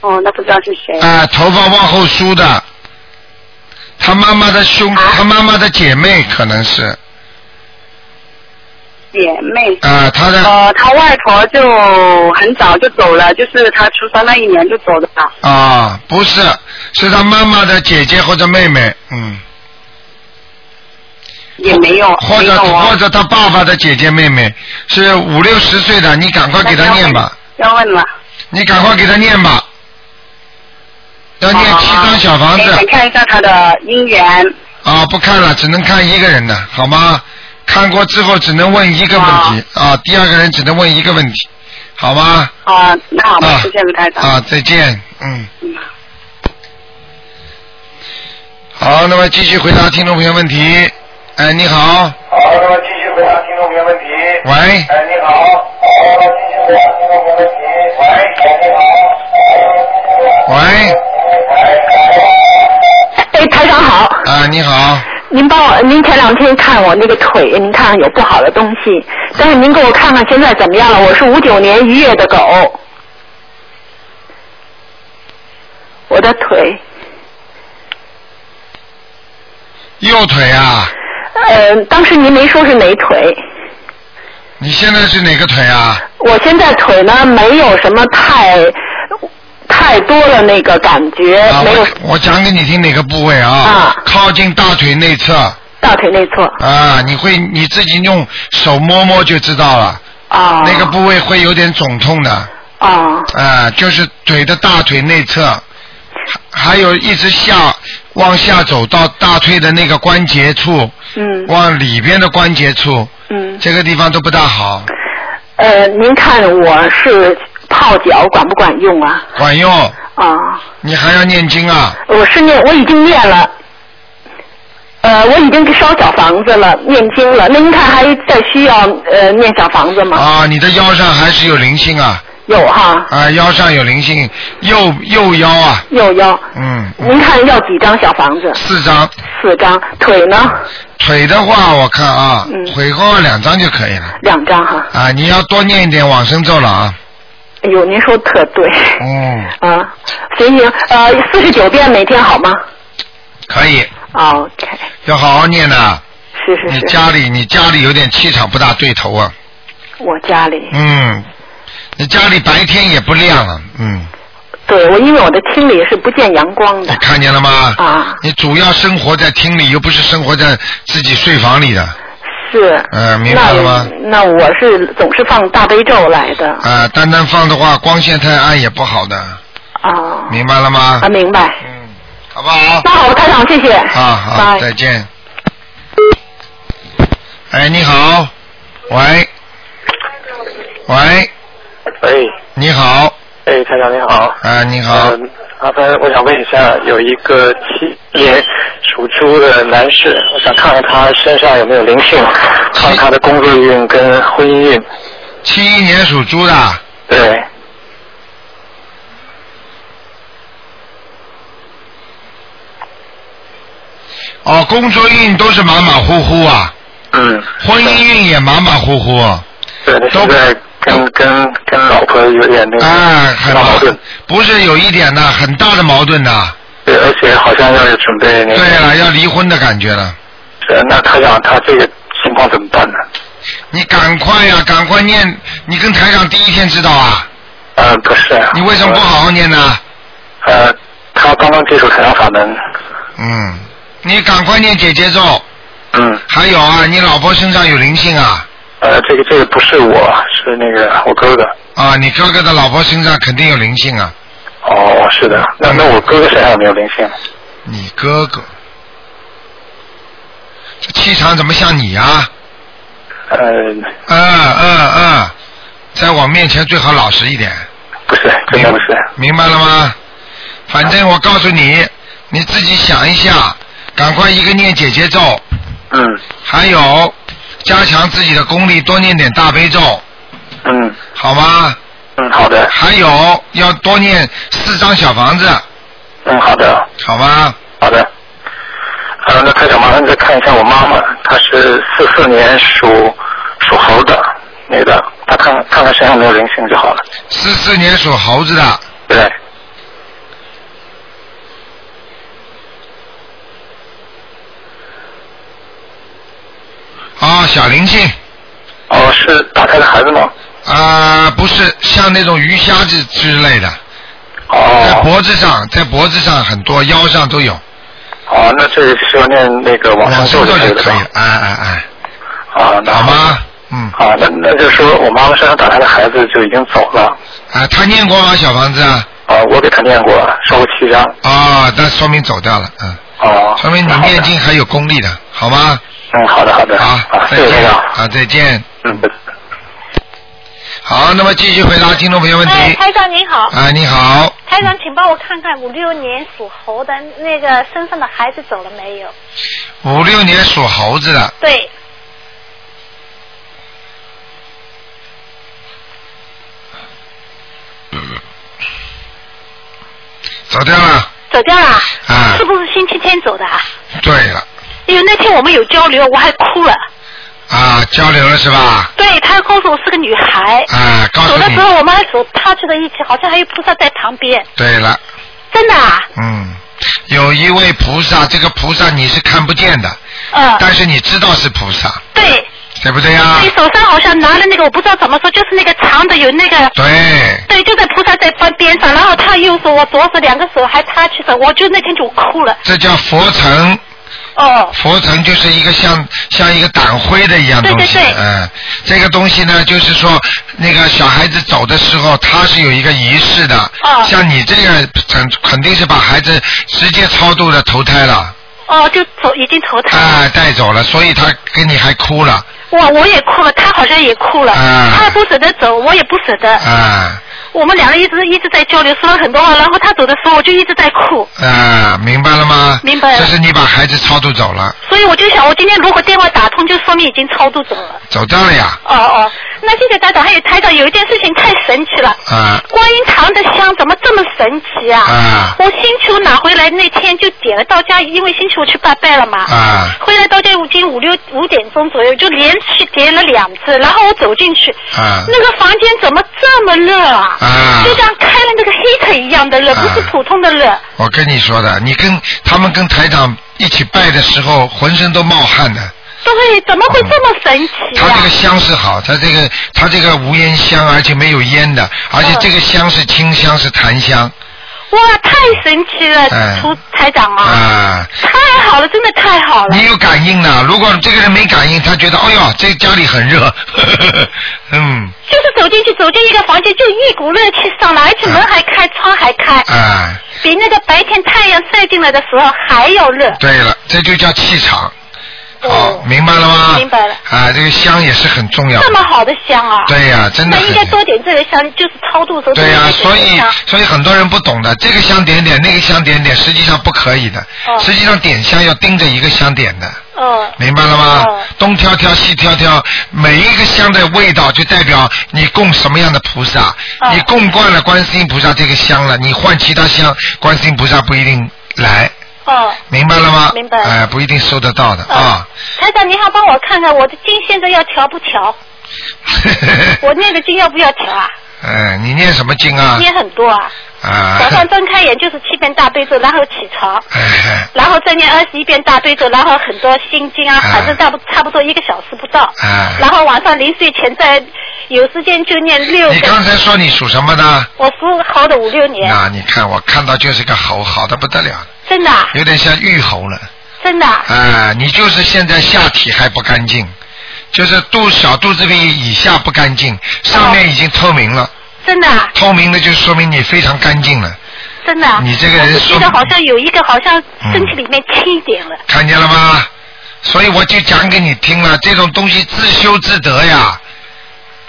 哦，那不知道是谁。
啊，头发往后梳的，她妈妈的兄，她妈妈的姐妹可能是
姐妹。
啊，她的
呃，她外婆就很早就走了，就是她出生那一年就走的了。
啊，不是，是她妈妈的姐姐或者妹妹，嗯，
也没有，
或
没
者
有
或
哦。
者她爸爸的姐姐妹妹是五六十岁的，你赶快给她念吧。
要问了，
你赶快给他念吧，要念七张小房
哎想
子
看一下她的姻缘。
啊！不看了，只能看一个人的，好吗？看过之后只能问一个问题啊，第二个人只能问一个问题，好吗？
啊、那好吧，
啊
谢谢卢台长。
啊，再见，嗯。
嗯
好，那么继续回答听众朋友问题。哎，你好，
好，那么继续回答听众朋友问题。
喂，
哎，你好。好，那么继续回答听众朋友问题。喂，哎，你好。
喂，
哎，台长好，
啊，你好，
您帮我，您前两天看我那个腿，您看有不好的东西，但是您给我看看现在怎么样了？我是五九年一月的狗，我的腿，
右腿啊，
呃，当时您没说是哪腿，
你现在是哪个腿啊？
我现在腿呢没有什么太太多的那个感觉，
啊，
呃没有
我我讲给你听哪个部位啊？
啊
靠近大腿内侧
大腿内侧
啊，你会你自己用手摸摸就知道了，
啊，
那个部位会有点肿痛的
啊
啊，就是腿的大腿内侧，还还有一直下往下走到大腿的那个关节处，
嗯
往里边的关节处，
嗯，
这个地方都不大好，
呃，您看我是泡脚管不管用啊？
管用，
啊。
你还要念经啊？
我是念，我已经念了，呃，我已经给烧小房子了，念经了。那您看还在需要呃念小房子吗？
啊，你的腰上还是有灵性啊，
有哈，
啊，腰上有灵性，右右腰啊，
有腰。
嗯，
您看要几张小房子？
四张，
四张。腿呢？
腿的话我看啊，
嗯
腿后两张就可以了。
两张哈。
啊，你要多念一点往生咒了啊。
哎呦，您说特对。
嗯，
啊，行行，呃，四十九遍每天好吗哦
可以，
？OK，
要好好念啊呐。
是是
你
是。
家里你家里有点气场不大对头啊。
我家里，
嗯，你家里白天也不亮了。嗯，
对我因为我的厅里是不见阳光的
你看见了吗？
啊，
你主要生活在厅里，又不是生活在自己睡房里的。
是。
嗯明白了吗
那那我是总是放大悲咒来的
啊，单单放的话，光线太暗也不好的，
啊
明白了吗
啊，？明白。
嗯，好不好？
那好，台长，谢谢。
啊，好，
拜
再见。哎，你好，喂，喂，
哎
你好，
哎，台长你好。
啊，你好，
呃
嗯，麻烦我想问一下，有一个七年属猪的男士，我想看看他身上有没有灵性，看看他的工作运跟婚姻运。
七一年属猪的，
对，
哦，工作运都是马马虎虎啊，
嗯。
婚姻运也马马虎虎，
对，他现在跟跟跟老婆有点那个
哎，很
闹
矛
矛盾，，
不是有一点呢，很大的矛盾呐，
对，而且好像要是准备那
对啊
个。
了，要离婚的感觉了。
是那他想他这个情况怎么办呢？
你赶快呀、赶快念！你跟台长第一天知道啊？
嗯，不是。
你为什么不好好念呢？
呃，他刚刚接触太阳法门，
嗯，你赶快念姐姐咒。
嗯，
还有啊，你老婆身上有灵性啊，
呃，这个这个不是我，是那个我哥哥。
啊，你哥哥的老婆身上肯定有灵性啊。
哦，是的，那那我哥哥身上有没有灵性？
你哥哥，这气场怎么像你啊？
呃，
嗯嗯嗯，在我面前最好老实一点，
不是，真的不是。
明白了吗？反正我告诉你，你自己想一下，赶快一个念姐姐咒，
嗯
还有加强自己的功力，多念点大悲咒，
嗯
好吗？
嗯，好的，
还有要多念四张小房子，
嗯好的
好吗？
好的。呃，那台长，麻烦你再看一下我妈妈，她是四四年属属猴的女的，她看看看身上有没有灵性就好了。
四四年属猴子的，
对，
啊，小灵性
哦，是打胎的孩子吗？
啊、不是像那种鱼虾子之类的，在
哦
脖子上，在脖子上很多，腰上都有，
哦，那这个是要念那个往
往
生咒
上咒
就可以
就
了
可以
吧
了，？哎哎
啊，
哎，
那
好吗？？嗯，
啊，那那就是说我妈妈身上打胎的孩子就已经走了。
啊，他念过吗？小房子啊，
啊，我给他念过，烧过七张。
啊，那说明走掉了，嗯，
哦，
说明你
好的
念经还有功力的，好吗？
嗯，好的好的。
好，
啊，
再
谢谢台
见，
长。
啊，再见。
嗯。
好，那么继续回答听众朋友问题。
哎，台长您好，
啊，你好，
台长，请帮我看看五六年属猴的那个身上的孩子走了没有？
五六年属猴子的，
对，
走掉了。
走掉了，
啊
是，不是星期天走的啊？
对了，
哎呦，那天我们有交流，我还哭了。
啊，交流了是吧？
对，他告诉我是个女孩，
啊，告
走
诉
的
你
时，候我们还手趴着在一起，好像还有菩萨在旁边，
对了，
真的啊？
嗯，有一位菩萨，这个菩萨你是看不见的，
嗯，
但是你知道是菩萨，
对，
对不对呀
对？手上好像拿了那个，我不知道怎么说，就是那个长的有那个。
对，
对，就在菩萨在旁边上，然后他右手，我左手，两个手还插起手，我就那天就哭了。
这叫佛尘，
哦，
佛尘就是一个像像一个胆灰的一样东西，
对对对
嗯，这个东西呢，就是说那个小孩子走的时候，他是有一个仪式的，
哦
像你这个肯肯定是把孩子直接超度的投胎了，
哦，就走已经投胎了。
啊、带走了，所以他跟你还哭了，
我我也哭了，他好像也哭了，
啊
他不舍得走，我也不舍得。
啊、
我们两个一直一直在交流，说了很多话，然后他走的时候我就一直在哭，
啊、明白了吗？
明白了
这是你把孩子超度走了，
所以我就想，我今天如果电话打通，就说明已经超度走了。
走掉了呀，
哦哦，那谢谢台长，还有台长有一件事情太神奇了，
啊
观音堂的香怎么这么神奇啊？
啊
我星期五拿回来那天就点了，到家因为星期五去拜拜了嘛，
啊
回来到家已经五六五点钟左右，就连续点了两次，然后我走进去，
啊
那个房间怎么这么热啊？
啊！
就像开了那个 heat 一样的热，
啊
不是普通的热。
我跟你说的，你跟他们跟台长一起拜的时候，浑身都冒汗的。
对，怎么会这么神奇
它这
啊
个？香是好，它这个它这个无烟香，而且没有烟
嗯
的，而且这个香是清香，是檀香
哇，太神奇了
哎，
厨台长啊！
啊。嗯
太好了，真的太好了
你。有感应的，如果这个人没感应，他觉得哎呦，这家里很热， *laughs* 嗯，
就是走进去，走进一个房间就一股热气上来，而且门还开，窗还开，
啊，
比那个白天太阳晒进来的时候还要热。
对了，这就叫气场，
哦
明白了吗？
明白了。
啊，这个香也是很重要的
这。么好的香啊！
对呀、真的
那
很。
应该多点这个香，就是超度的时候多
对
点
呀、
这
所
个
以
香。
所以很多人不懂的，这个香点点，那个香点点，实际上不可以的。
哦
实际上点香要盯着一个香点的，
嗯，
明白了吗？
哦
东挑挑西挑挑，每一个香的味道就代表你供什么样的菩萨。
哦
你供惯了观世音菩萨这个香了，你换其他香，观世音菩萨不一定来，
哦。
明白了吗？
明白
哎、不一定收得到的
嗯
啊。 *laughs*
台长，你还帮我看看我的经现在要调不调？我念的经要不要调啊？
哎，你念什么经啊？
念很多啊，
啊。
早上睁开眼就是七遍大悲咒，然后起床，
哎
然后再念二十一遍大悲咒，然后很多心经啊，
哎
反正差不差不多一个小时不到。
哎。
然后晚上临睡前再有时间就念六
你
个。
刚才说你属什么的？
我属猴的五六年，
那你看我看到就是个猴，好的不得了，
真的啊
有点像玉猴了。
真的啊
啊、你就是现在下体还不干净，就是肚小肚子里以下不干净，上面已经透明了，
真的啊
透明的就说明你非常干净了，
真的啊。
你这个人
我
说嗯
觉得好像有一个好像身体里面轻一点了。
看见了吗？所以我就讲给你听了，这种东西自修自得呀，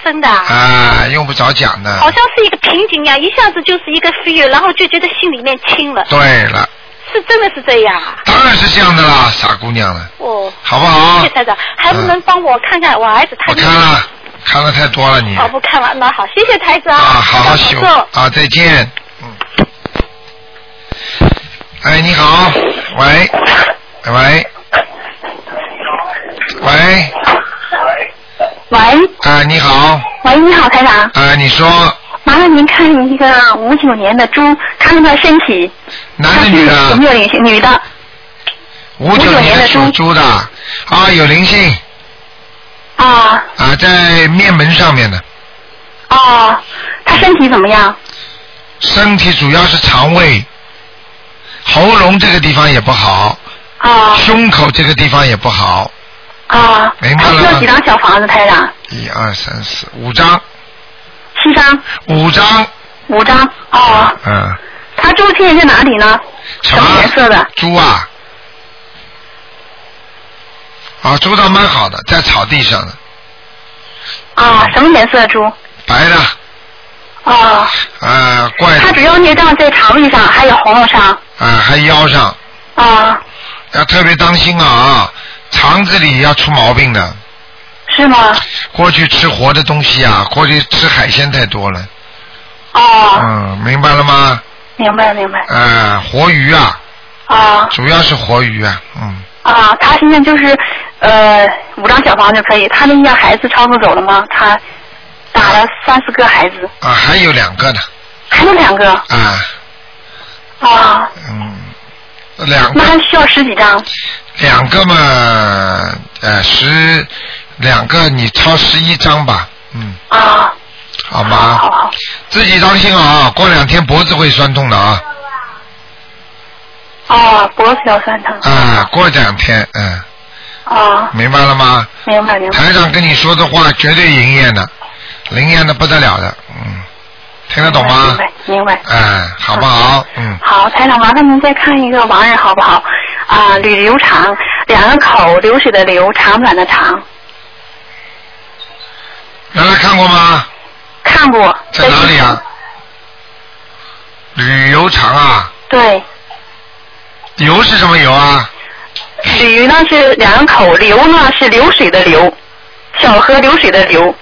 真的啊。
啊、用不着讲的。
好像是一个瓶颈一样，一下子就是一个 feel，然后就觉得心里面轻了，
对了，
是真的是这样啊！
当然是这样的啦，傻姑娘了，
哦，
好不好？
谢谢台长，还不能帮我看看我儿子
啊
他
我
那
看
个？
了，看了太多了你。
哦，不看了，那好，谢谢台长。
啊，好好
台长
修
保重
啊，再见。嗯。哎，你好，喂，哎喂，喂，
喂，
啊，你好，
喂，你好，台长，
啊，你说
麻烦您看一个五九年的猪，看看他身体，
男的
看
女
有没
的？
有灵性？女的，
五
59
九
年
的
的
属
猪
猪的，啊，有灵性
啊
啊，在面门上面的，
哦，他身体怎么样？
身体主要是肠胃、喉咙这个地方也不好，
啊
胸口这个地方也不好，
啊，
明白
他
了
需要几张小房子，台长？
一二三四五张，
七张，
五张，
五张。哦，
嗯。
他猪现在在哪里呢？
什
什么颜色的？
猪啊。啊，猪倒蛮好的，在草地上的，
啊，什么颜色的猪？
白的，
哦，
啊，怪
他主
的，
要孽障在肠胃上，还有喉咙上。
啊，还腰上，
啊，
要特别当心啊，肠子里要出毛病的。
是吗？
过去吃活的东西啊，过去吃海鲜太多了，
哦，
嗯，明白了吗？
明白了明白。
啊，活鱼啊，
啊
主要是活鱼啊，嗯，
啊，他现在就是呃五张小房子可以。他那家孩子超度走了吗？他打了三四个孩子，
啊，还有两个呢，
还有两个
啊，
啊，
嗯，两个
那还需要十几张
两个嘛，呃，十两个你超十一张吧，嗯，
啊。
好
好
吗？
好
自己当心啊，过两天脖子会酸痛的啊，
哦，脖子要酸疼。
啊，过两天，嗯，
哦，
明白了吗？
明白明白。
台长跟你说的话绝对灵验的，灵验的不得了的，嗯，听得懂吗
明？白明白。
哎、好不好？嗯，
好，台长，麻烦您再看一个盲人好不好？啊、吕刘长，两个口，流水的流，长短的长，
原来看过吗？
看过。
在哪里啊？？旅游场啊，
对，
游是什么游啊？
吕呢是两个口，流呢是流水的流，小河流水的流，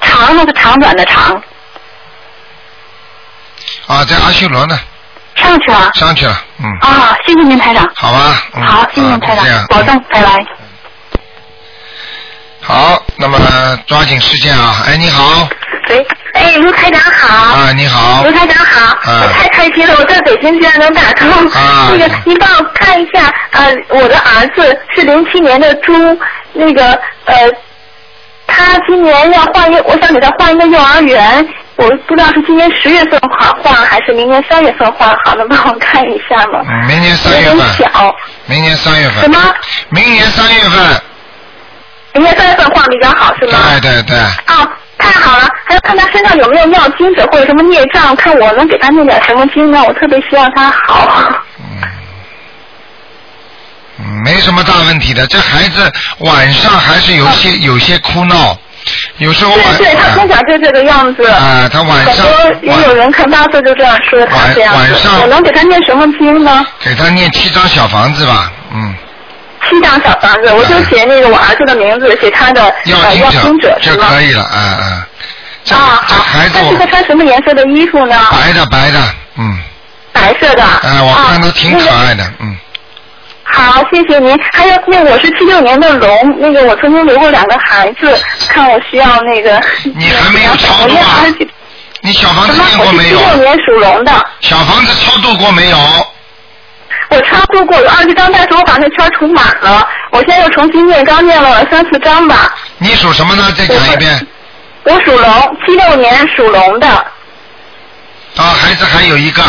长
长那个长短的长，
啊，在阿修罗呢，
上去了。
上去了，嗯，
啊，谢谢您台长。
好吧，嗯，
好，谢谢您
啊
台
就这样
长，保重，拜拜。
好，那么抓紧时间啊！哎，你好，
喂，哎，卢台长好。
啊，你好
卢，台长好，
啊
我太开心了，我在北京居然能打通。
啊
那个，您帮我看一下，呃，我的儿子是零七年的猪，那个呃，他今年要换一，我想给他换一个幼儿园，我不知道是今年十月份换换还是明年三月份换好，能帮我看一下吗？
嗯，明年三月
有点
份，嗯
小，
明年三月份，
什么？
明年三月份，
明年三月份换比较好是吗？
对对对，
哦，太好了！还要看他身上有没有尿精者或者什么孽障，看我能给他念点什么经呢？我特别希望他好。
嗯没什么大问题的。这孩子晚上还是有些有些哭闹，有时候晚
嗯对对，他从小就这个样子。
啊，他晚
很
上
多也有人看八岁就这样说他这样子。
晚晚上
我能给他念什么经呢？
给他念七张小房子吧，嗯，
七张小房子，我就写那个我儿子的名字，写他的
要
呃
经
要
者
经者
就是
吗？啊
可以了，啊啊，这这孩子
但是他
我
穿什么颜色的衣服呢？
白的白的，嗯，
白色的。啊
哎，我看都挺可爱
的。
的，嗯。
好，谢谢您。还有，那我是七六年的龙，那个我曾经留过两个孩子，看我需要那个。
你还没有超度啊？你小房子
什么
念过没有啊
我？是七六年属龙的，
小房子超度过没有？
我超度过有二十张，但是我把那圈儿除满了，我现在又重新念，刚念了三四张吧。
你属什么呢？再讲一遍。
我属龙，七六年属龙的，
啊，孩子还有一个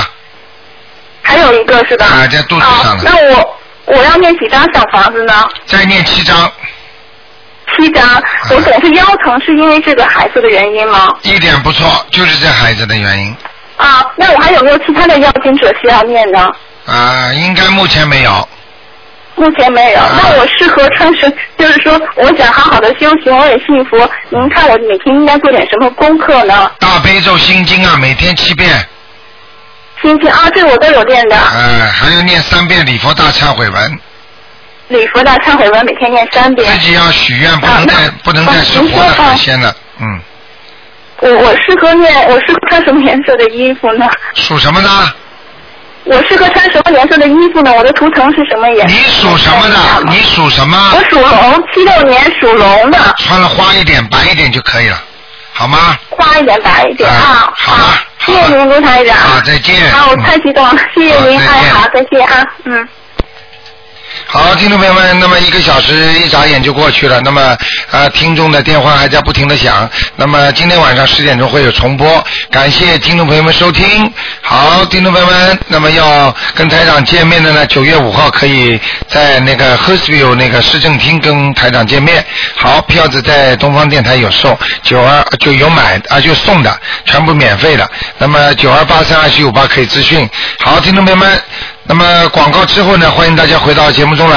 还有一个是吧？
啊，在肚子
啊
上，了，
那我我要念几张小房子呢？
再念七张，
七张。
啊
我总是腰疼，是因为这个孩子的原因吗？
一点不错，就是这孩子的原因
啊，那我还有没有其他的要经者需要念呢？
啊，应该目前没有。
目前没有。
啊
那我适合穿什？就是说，我想好好的修行，我也信佛。您看我每天应该做点什么功课呢？
大悲咒心经啊，每天七遍，
心经啊，这我都有练的。
哎、还有念三遍礼佛大忏悔文，
礼佛大忏悔文每天念三遍。
自己要许愿，
啊
不能再不能再吃活的海鲜了。嗯，
我我适合念，我适合穿什么颜色的衣服呢？
属什么呢？
我适合穿什么颜色的衣服呢？我的图腾是什么颜色？
你属什么的？你啊属什么？
我属龙，七六年属龙的，
穿了花一点、白一点就可以了，好吗？
花一点白一点啊。好啊，谢谢您，卢台长。
好，再见。嗯
啊，我太激动了，谢谢您，
好再见
哎，好，再见啊，嗯。
好，听众朋友们，那么一个小时一眨眼就过去了，那么呃，听众的电话还在不停的响，那么今天晚上十点钟会有重播，感谢听众朋友们收听。好，听众朋友们，那么要跟台长见面的呢，九月五号可以在那个 h e r s v i l l e 那个市政厅跟台长见面。好，票子在东方电台有售，九二就有买啊，就送的，全部免费的。那么九二八三二七五八可以咨询。好，听众朋友们，那么广告之后呢，欢迎大家回到节目中来。